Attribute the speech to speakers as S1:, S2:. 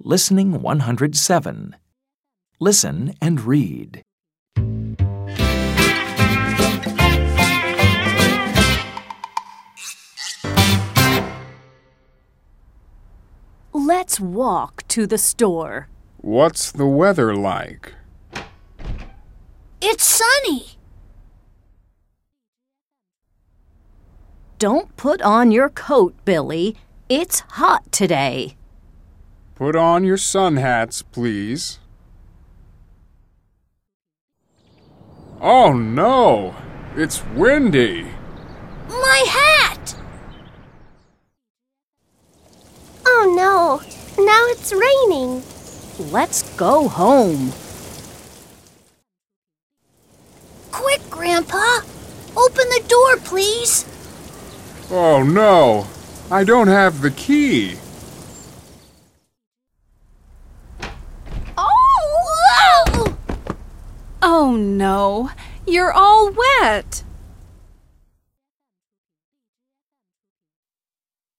S1: Listening 107. Listen and read.
S2: Let's walk to the store.
S3: What's the weather like?
S4: It's sunny.
S2: Don't put on your coat, Billy. It's hot today.
S3: Put on your sun hats, please. Oh no! It's windy!
S4: My hat! Oh no, now it's raining.
S2: Let's go home.
S4: Quick, Grandpa! Open the door, please!
S3: Oh no! I don't have the key!
S4: Oh! Whoa!
S5: Oh no, you're Oh, all wet.